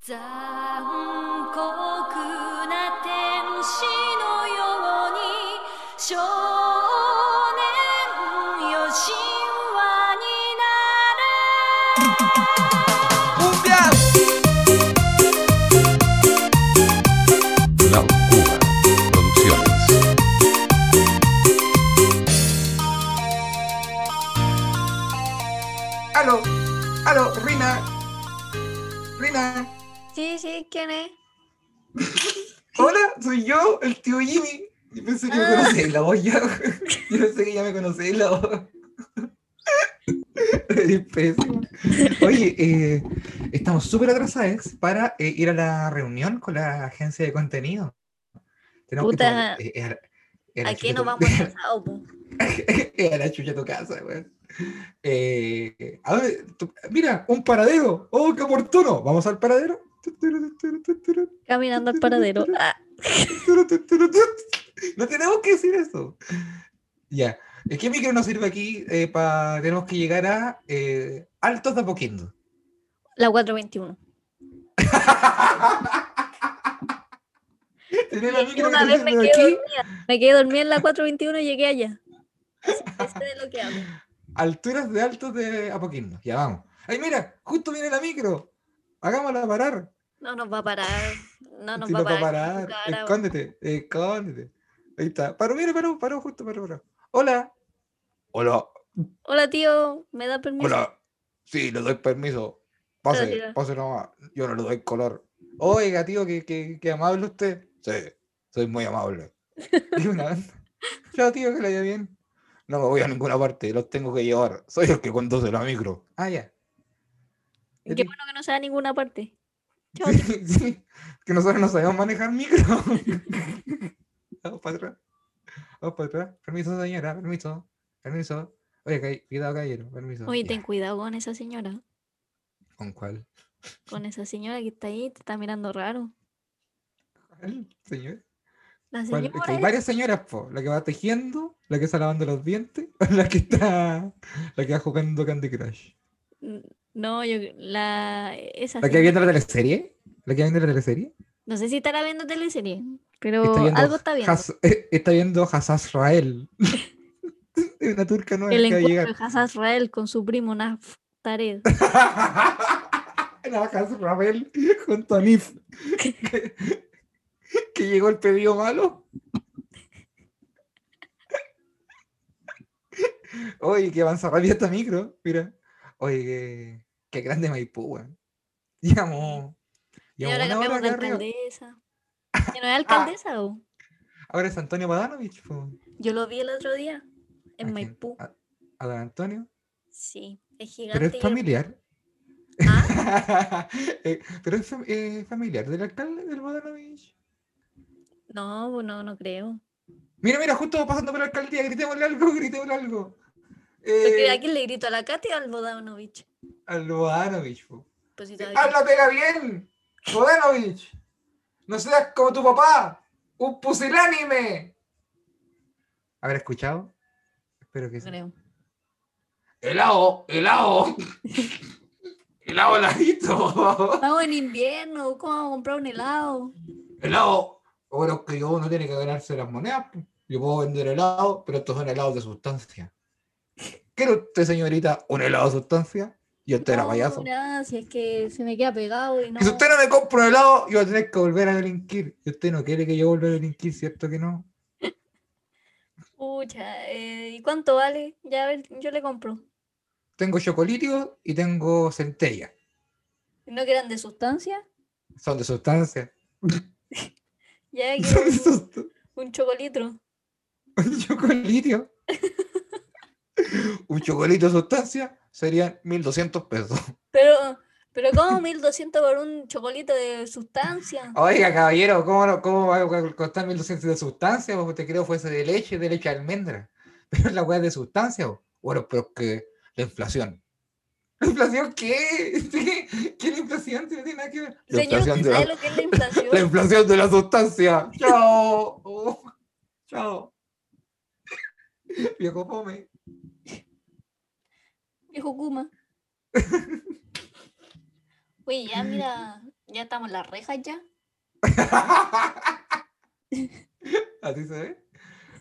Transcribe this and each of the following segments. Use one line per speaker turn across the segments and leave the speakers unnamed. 残酷な天使のように少年よ神話になれ
¡Cumbia!
La Cuba Producciones.
¡Aló! ¡Aló! ¡Rina! ¡Rina!
Sí, sí, ¿quién es?
Hola, soy yo, el tío Jimmy. Yo pensé que me
Ah.
conocéis la voz ya. Yo pensé que ya me conocéis la voz. Eres pésimo. Oye, eh, estamos súper atrasados para eh, ir a la reunión con la agencia de contenido.
Puta,
que... to- eh, eh, a la- a la
Aquí
chucha tu-
nos vamos atrasados, po.
a la chucha tu casa, weón. Eh, a ver, tú- mira, un paradero. ¡Oh, qué oportuno! Vamos al paradero.
Caminando al paradero. Ah,
No tenemos que decir eso. Ya. Es que el micro nos sirve aquí para. Tenemos que llegar a eh, Altos de Apoquindo.
la 421.
Tenemos el micro
Una
que
vez
nos
me
sirve
quedé
aquí,
dormida. Me quedé dormida en la 421 y llegué allá. Así que sé de lo que hablo.
Alturas de Altos de Apoquindo. Ya vamos. ¡Ay, mira! Justo viene la micro. Hagámosla parar.
No nos va a parar. No nos
Si
va
no
a
va a
parar.
parar.
nunca, ahora,
Escóndete, escóndete. Ahí está. Paró, mira, paró, paró, justo, paró, paró. Hola. Hola,
Hola, tío. ¿Me da permiso?
hola. Sí, le doy permiso. Pase,
Gracias.
pase nomás. Yo no le doy color. Oiga, tío, que, que, que amable usted. Sí, soy muy amable. Y una vez. Chao, tío, que le vaya bien. No me voy a ninguna parte, los tengo que llevar. Soy el que conduce la micro. Ah, ya.
Qué bueno que no sea a ninguna parte. Chao, tío.
Sí, sí, que nosotros no sabemos manejar micro. Vamos para atrás. Vamos para atrás. Permiso, señora, permiso. Permiso. Oye, cay- cuidado, caballero, permiso.
Oye,
Ya,
ten cuidado con esa señora.
¿Con cuál?
Con esa señora que está ahí, te está mirando raro.
¿Cuál, señor?
La
¿Cuál? Es
señora.
que hay
esa.
varias señoras, po. La que va tejiendo, la que está lavando los dientes, la que está, la que va jugando Candy Crush.
N- Mm, No, yo. La, esa
¿La que
señora-
viendo la teleserie? ¿La que viendo la teleserie?
No sé si estará viendo teleserie, pero
Está viendo
algo está viendo.
Has- eh, está viendo Hassas Rael. Es una turca nueva
El
que va a llegar.
encuentro de Hazard Israel con su primo Naf Tarek.
La Hans Ravel junto a Nif. que, que llegó el pedido malo. Oye, que avanza rápido esta micro. Mira. Oye, que, que grande Maipú, weón. Llamó.
Y ahora Ah.
una hora
cambiamos de
acá arriba.
alcaldesa. Que no es alcaldesa, o.
Ahora es Antonio Padanovich, po.
Yo lo vi el otro día
¿A quién?
en Maipú.
A, a don Antonio.
Sí, es
Pero
gigante.
es
y
familiar.
hermoso. Ah,
Eh, pero es fam- eh, familiar del alcalde del Padanovich.
No, pues no, no creo.
Mira, mira, justo va pasando por la alcaldía, gritémosle algo, gritémosle algo.
Porque
Eh,
¿A quién le grito? ¿A la Katy o al Bodanovich?
Al Bodanovich, po.
Pues si todavía-
¡Haz la pega bien! ¡Bodanovich! ¡No seas como tu papá! ¡Un pusilánime! ¿Habrá escuchado? Espero que
no
sí.
creo.
¡Helado! ¡Helado! ¡Helado heladito!
Estamos en invierno, ¿cómo vamos a comprar un helado?
¡Helado! Bueno, es que yo uno tiene que ganarse las monedas. po. Yo puedo vender helado, pero estos son helados de sustancia. ¿Quiere usted, señorita, un helado de sustancia? Yo usted era
No,
payaso.
Gracias, que se me queda pegado y no.
Y si usted no me compra un helado, yo voy a tener que volver a delinquir. Y usted no quiere que yo vuelva a delinquir, ¿cierto que no?
Pucha, eh, ¿y cuánto vale? Ya a ver, yo le compro.
Tengo chocolitio y tengo centella.
¿No que eran de sustancia?
Son de sustancia.
Ya que
Son de sustancia.
un chocolitro.
Un chocolitio. Un chocolito de sustancia serían 1200 pesos.
Pero, pero ¿cómo 1200 por un chocolito de sustancia?
Oiga, caballero, ¿cómo, no- cómo va a costar 1200 de sustancia? Porque te creo fuese de leche, de leche de almendra. Pero la weá es de sustancia. po. Bueno, pero es que la inflación. ¿La inflación qué? ¿Qué, qué es la inflación? Si No tiene nada que ver. La
Señor,
inflación,
¿usted
de
sabe
la,
lo que es la
la
inflación?
inflación de la sustancia. Chao. Oh, chao. Viejo fome.
Dijo Kuma. Oye, ya mira, Ya estamos en las rejas ya.
Así se ve.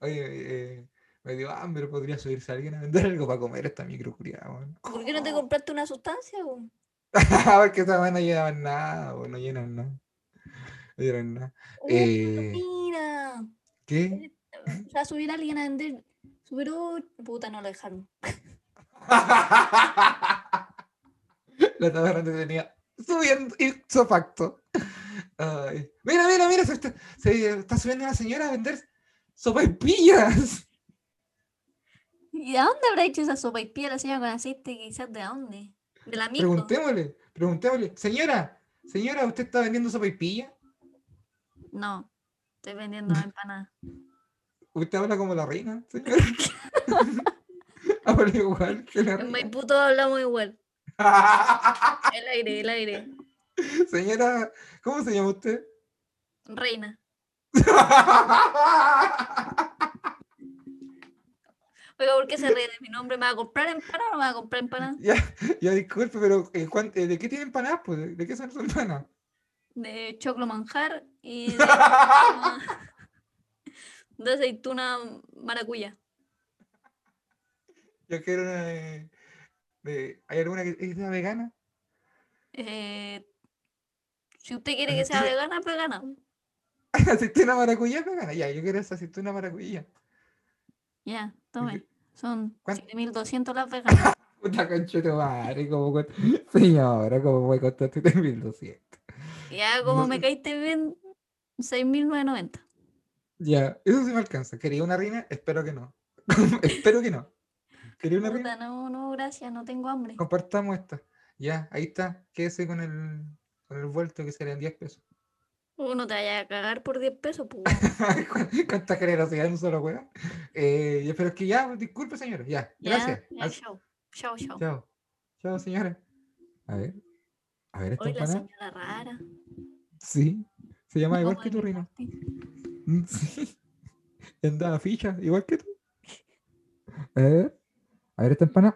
Oye, eh, me dio hambre, podría subirse alguien a vender algo para comer esta micro culiada, weón.
¿Por qué no te compraste una sustancia? weón?
Ah, Porque esa weá no llenaban nada, weón, no llenan nada. No llenan nada.
Uh,
Eh,
Mira.
¿Qué?
O sea, subir a alguien a vender. Subir. oh, Puta, no lo dejaron.
La taberna te tenía subiendo ipso facto. Ay, Mira, mira, mira, se está, se está subiendo una señora a vender sopaipillas.
¿Y a dónde habrá hecho esa sopa y la señora con aceite? Quizás de dónde. De la micro.
Preguntémosle, preguntémosle. Señora, señora, ¿usted está vendiendo sopaipillas?
No. Estoy vendiendo
Mm.
empanadas.
Usted habla como la reina, señora. habla igual que la
En
reina.
Maipú todos hablamos igual. El aire, el aire.
señora, ¿cómo se llama usted?
Reina. Oiga, ¿por qué se ríe de mi nombre? ¿Me va a comprar empanada o no me va a comprar empanada?
ya, ya, disculpe, pero eh, ¿cuán- eh, ¿de qué tienen empanadas? Pues? ¿De qué son sus empanadas?
De choclo manjar y de aceituna, de aceituna maracuya.
Yo quiero una de, de- ¿Hay alguna que es una vegana?
Eh, si usted quiere que sea vegana, es vegana.
¿Aceituna maracuyá es vegana? Ya, yo quiero esa aceituna maracuyá.
Ya, tome. Son
¿Cuán-
7200 las veganas.
Puta concha de tu madre, como cuesta- Señora, como voy a costar 3200.
Ya, como
No
me
sé.
caíste bien, 6990.
Ya, eso sí me alcanza. ¿Quería una reina? Espero que no. Espero que no. ¿Quería una reina?
Puta, no, no, gracias, no tengo hambre.
Compartamos esta. Ya, ahí está. Quédese con el, con el vuelto que serían 10 pesos.
Uno te vaya a cagar por 10 pesos, pues.
Cu- Cuánta generosidad en un solo weón. Eh, pero es que ya, disculpe, señora. Ya, gracias.
Ya,
Al-
chao, chao, chao.
Chao. Chao, señora. A ver. A ver, esta
Hoy la
empanada.
señora rara.
Sí. Se llama igual
¿cómo
que tu
le
reina.
llamaste?
Mm, Sí. Anda ficha, igual que tú. A ver. A ver, esta empanada.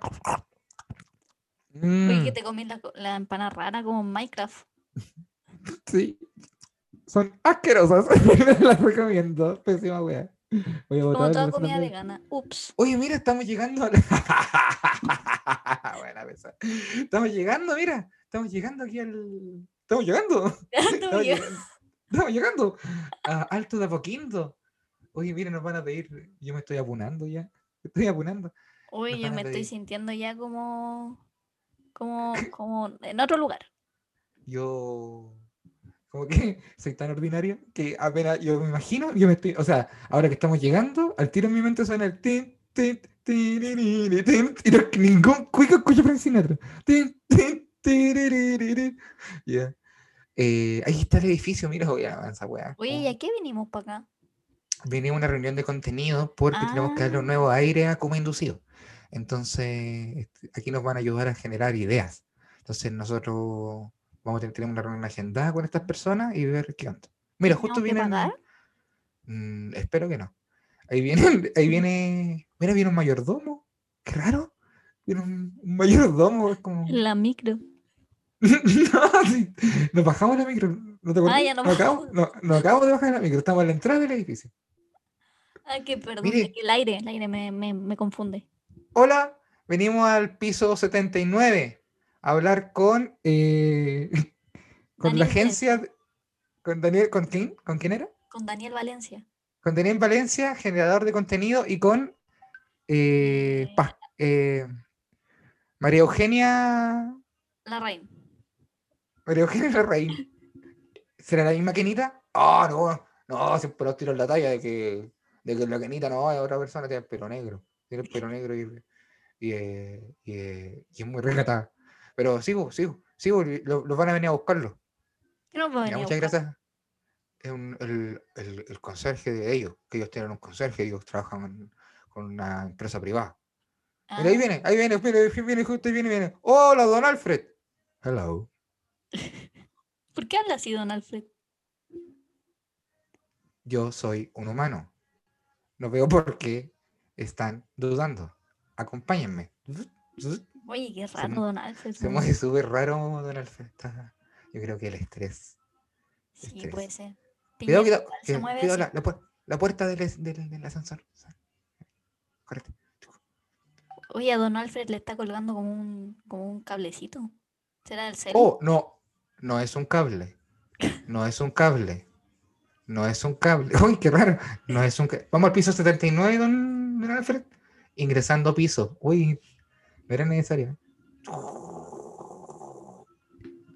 Oye, que
Mm,
te comí la, co- la empanada rara como en Minecraft.
Sí. Son asquerosas. Las recomiendo. Pésima wea. Voy a
Como
botar
toda
el
comida
restaurante.
vegana. Ups.
Oye, mira, estamos llegando a la... Buena pesada. Estamos llegando, mira. Estamos llegando aquí al... Estamos llegando.
Estamos
Estamos
llegando-
llegando. Estamos llegando a Alto de Apoquindo. Oye, mira, nos van a pedir. Yo me estoy apunando ya. Estoy apunando.
Uy,
nos
yo
van a
me estoy
pedir.
sintiendo ya como. Como, como en otro lugar.
Yo. Como que soy tan ordinario que apenas yo me imagino, yo me estoy. O sea, ahora que estamos llegando, al tiro en mi mente suena el. Tin, tin, tiririri, tin, y no- ningún cuico escucha Frank Sinatra. Tin, tin, tiririri. Ya. Eh, ahí está el edificio, mira, voy a avanzar, weá.
Oye,
como-
¿y a qué vinimos para acá?
venía una reunión de contenido porque tenemos que darle un
Ah.
nuevo aire a Kuma Inducido. Entonces, este, aquí nos van a ayudar a generar ideas. Entonces, nosotros vamos a tener tenemos una reunión agendada con estas personas y ver qué onda. Mira, justo
¿Tenemos que
vienen.
pagar?
Mm, espero que no. Ahí viene, ahí viene. Mira, viene un mayordomo. Qué raro. Viene un, un mayordomo. Es como.
En La micro.
no, sí, nos bajamos la micro. ¿No te acordás?
Ah, ya nos
acabamos, no- nos acabamos de bajar la micro. Estamos a la entrada del edificio.
Ay, Ah, que perdón,
Mire.
es que el aire, el aire me, me, me confunde.
Hola, venimos al piso 79 a hablar con, eh, con la
Daniel Pérez.
agencia, de- con Daniel, ¿con quién? ¿Con quién era?
Con Daniel Valencia.
Con Daniel Valencia, generador de contenido, y con eh,
Eh,
pa- eh, María Eugenia,
La reina.
María Eugenia Larraín. ¿Será la misma Kenita? Ah, no, no, siempre los tiro en la talla de que, de que la Kenita no es otra persona, tiene el pelo negro. Tiene el pelo negro y, y, eh, y, eh, y es muy recatada. Pero sigo, sigo, sigo, los van a venir a buscarlo.
¿Qué nos va a
Ya,
venir a
muchas
buscar?
gracias. Es un- el, el- el conserje de ellos, que ellos tienen un conserje, ellos trabajan con una empresa privada. Mira, ahí
Ah,
viene, ahí viene, mira, ahí viene, justo ahí viene, viene. Hola, don Alfred. Hello.
Ah, ¿Por qué habla así, don Alfred?
yo soy un humano. No veo por qué están dudando. Acompáñenme.
Oye, qué
Se mu-
raro, don Alfred.
Se
weón.
mueve súper raro, don Alfred. Está, Yo creo que el estrés.
Sí,
Estrés.
puede ser.
Este, Cuidado,
Piñera
cuidado,
igual
que-
se mueve
cuidado
así.
la, la puer- la puerta del, es- del- del ascensor. Correcto.
Oye, a don Alfred le está colgando como un, como un cablecito. ¿Será del celu?
Oh, no, no es un cable. No es un cable. No es un cable. Uy, qué raro. No es un ca- Vamos al piso 79, don, don Alfred. Ingresando piso. Uy, no era necesario.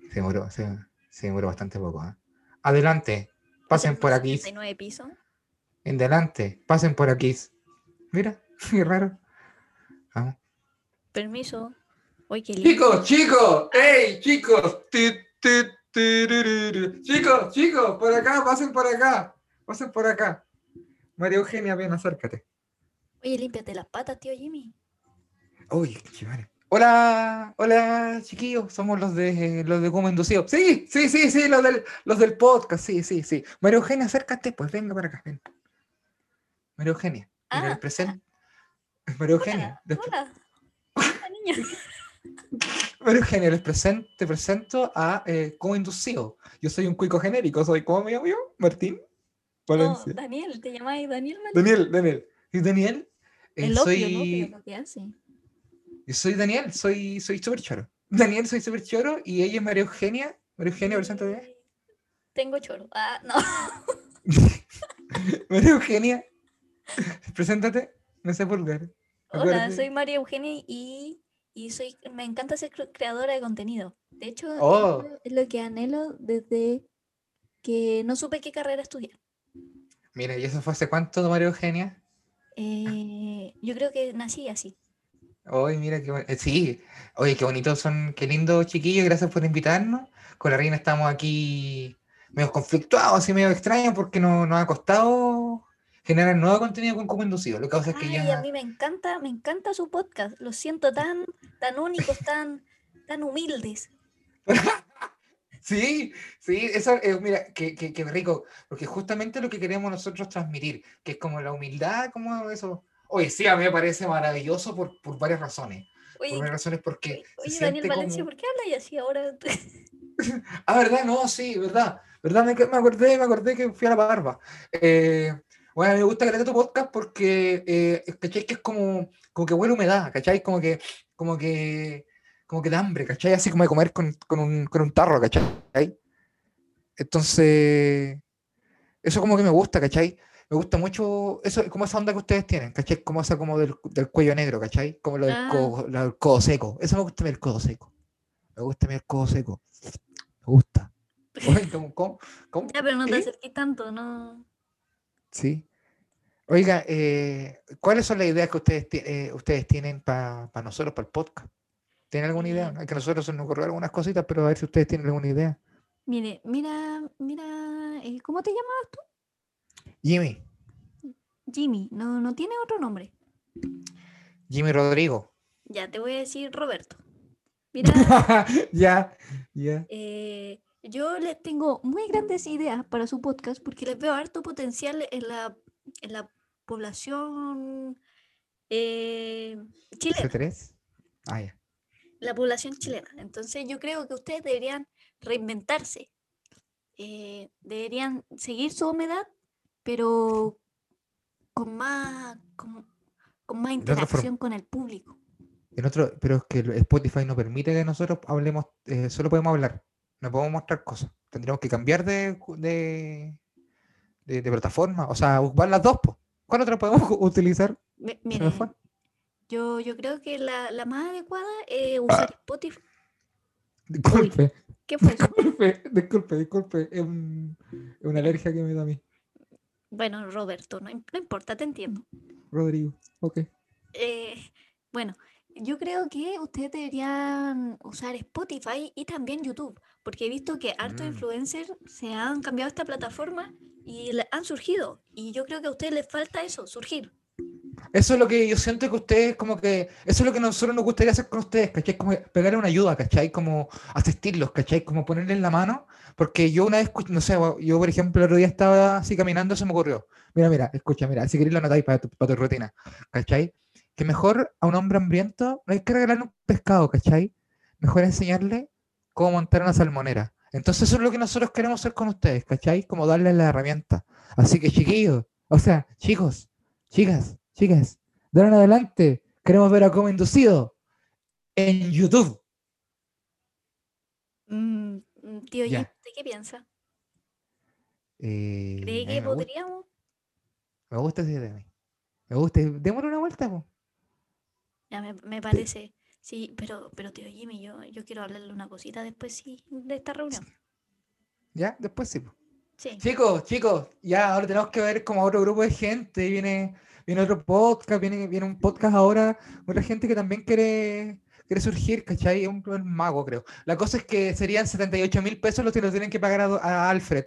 Se demoró, se, se demoró bastante poco. ¿ah? Adelante, pasen por aquí.
79 pisos.
En delante, pasen por aquí. Mira, qué raro. ¿Ah? Vamos.
Permiso. Oye, qué lindo.
Chicos, chicos,
"Ah".
hey, chicos. Ti, ti, tiririru. Chicos, chicos, por acá, pasen por acá. Pasen por acá. María Eugenia, ven, acércate.
Oye, límpiate las patas, tío Jimmy.
Uy, qué madre. Hola, hola, chiquillos. Somos los de los de Como Inducido. Sí, sí, sí, sí, los del, los del podcast. Sí, sí, sí. María Eugenia, acércate, pues venga para acá, ven. María Eugenia, en
Ah,
el presente. María Eugenia,
hola,
después-
hola. Hola, niña.
Bueno, Eugenio, les presento, te presento a eh, Como Inducido. Yo soy un cuico genérico, soy ¿cómo me llamo yo? Martín
No,
Valencia.
Daniel, te llamáis Oh, Daniel Valencia.
Daniel, Daniel. ¿Y Daniel? Eh,
El
soy,
opio, el opio, lo que hace.
yo soy Daniel, soy, soy súper choro. Daniel, soy súper choro y ella es María Eugenia. María Eugenia, preséntate.
Eh, Tengo choro. Ah, no.
María Eugenia, preséntate. No sé vulgar.
Hola,
Acuérdate.
soy María Eugenia y, y soy, me encanta ser cre- creadora de contenido. De hecho, es
Oh.
lo- es lo que anhelo desde que no supe qué carrera estudiar.
Mira, ¿y eso fue hace cuánto, María Eugenia?
Eh, yo creo que nací así.
Oye, mira qué bueno. Sí, oye, qué bonitos son, qué lindos chiquillos, gracias por invitarnos. Con la reina estamos aquí medio conflictuados, así medio extraños, porque no, nos ha costado generar nuevo contenido con Como Inducido. Lo que pasa es que
Ay,
ya.
a mí me encanta, me encanta su podcast. Los siento tan, tan únicos, tan, tan humildes.
Sí, sí, eso, eh, mira, qué, qué- qué rico, porque justamente lo que queremos nosotros transmitir, que es como la humildad, como eso. Oye, sí, a mí me parece maravilloso por, por varias razones. Por
Oye,
varias razones porque se
oye Daniel
siente
Valencia,
como-
¿por qué hablas así ahora?
Ah, verdad, no, sí, verdad. ¿Verdad? Me, me acordé, me acordé que fui a la barba. Eh, bueno, me gusta que tu podcast porque, eh, ¿cachai? Que es como, como que huele a humedad, ¿cachai? Como que, como que, como que da hambre, ¿cachai? Así como de comer con, con un, con un tarro, ¿cachai? Entonces, eso como que me gusta, ¿cachai? Me gusta mucho, eso, como esa onda que ustedes tienen, ¿cachai? Como esa como del, del cuello negro, ¿cachai? Como lo del,
Ah.
codo, lo del codo seco. Eso me gusta a mí, el codo seco. Me gusta a mí el codo seco. Me gusta. Oye, ¿cómo- cómo- cómo?
ya, pero no te
¿Eh?
acerqué tanto, no.
Sí. Oiga, eh, ¿cuáles son las ideas que ustedes, ti- eh, ustedes tienen para nosotros, para el podcast? ¿Tienen alguna idea?
Mm.
Es que a nosotros se nos ocurrió algunas cositas, pero a ver si ustedes tienen alguna idea.
Mire, mira, mira, eh, ¿cómo te llamas?
Jimmy,
Jimmy, no, no tiene otro nombre.
Jimmy Rodrigo.
Ya, te voy a decir Roberto. Mira,
ya, ya.
eh, yo les tengo muy grandes ideas para su podcast porque les veo harto potencial en la, en la población eh, chilena,
C3. Ah, ya.
la población chilena. Entonces yo creo que ustedes deberían reinventarse, eh, deberían seguir su humedad, pero con más, con, con más
otra forma.
interacción con el público.
En otro, pero es que el Spotify no permite que nosotros hablemos, eh, solo podemos hablar, no podemos mostrar cosas. Tendríamos que cambiar de, cu- de, de, de plataforma, o sea, ocupar las dos. po. ¿Cuál otra podemos u- utilizar?
Mi-
Se
Miren,
me fue.
Yo, yo creo que la, la más adecuada
Ah.
es usar Spotify.
Disculpe,
¿Qué fue eso?
disculpe, disculpe, disculpe, es, un- es una alergia que me da a mí,
Bueno, Roberto, no, im- no importa, te entiendo.
Rodrigo. Ok.
Eh, bueno, yo creo que ustedes deberían usar Spotify y también YouTube, porque he visto que hartos
Mm.
influencers se han cambiado esta plataforma y le- han surgido. Y yo creo que a ustedes les falta eso, surgir.
Eso es lo que yo siento que ustedes, como que, eso es lo que nosotros nos gustaría hacer con ustedes, ¿cachai? Como pegarle una ayuda, ¿cachai? Como asistirlos, ¿cachai? Como ponerles la mano, porque yo una vez, escu- no sé, bueno, yo por ejemplo el otro día estaba así caminando, se me ocurrió, mira, mira, escucha, mira, si queréis lo anotáis para tu, pa' tu rutina, ¿cachai? Que mejor a un hombre hambriento no hay que regalarle un pescado, ¿cachai? Mejor enseñarle cómo montar una salmonera. Entonces eso es lo que nosotros queremos hacer con ustedes, ¿cachai? Como darles la herramienta. Así que chiquillos, o sea, chicos, chicas, chicas, de ahora en adelante queremos ver a Coma Inducido en YouTube.
Mm, mm, tío,
Ya.
Jim, ¿usted qué piensa?
Eh,
¿Cree
a
que
mí me, gusta,
podríamos?
me gusta esa idea a mí. Me gusta. Démosle una vuelta, po.
Ya, me, me parece. Sí, pero, pero tío Jimmy, yo, yo quiero hablarle una cosita después sí, de esta reunión.
¿Ya? Después sí, po.
Sí.
Chicos, chicos, ya ahora tenemos que ver como otro grupo de gente. Viene, viene otro podcast, viene, viene un podcast ahora con otra gente que también quiere, quiere surgir, ¿cachai? Es un, un mago, creo. La cosa es que serían 78 mil pesos los que lo tienen que pagar a, do- a Alfred.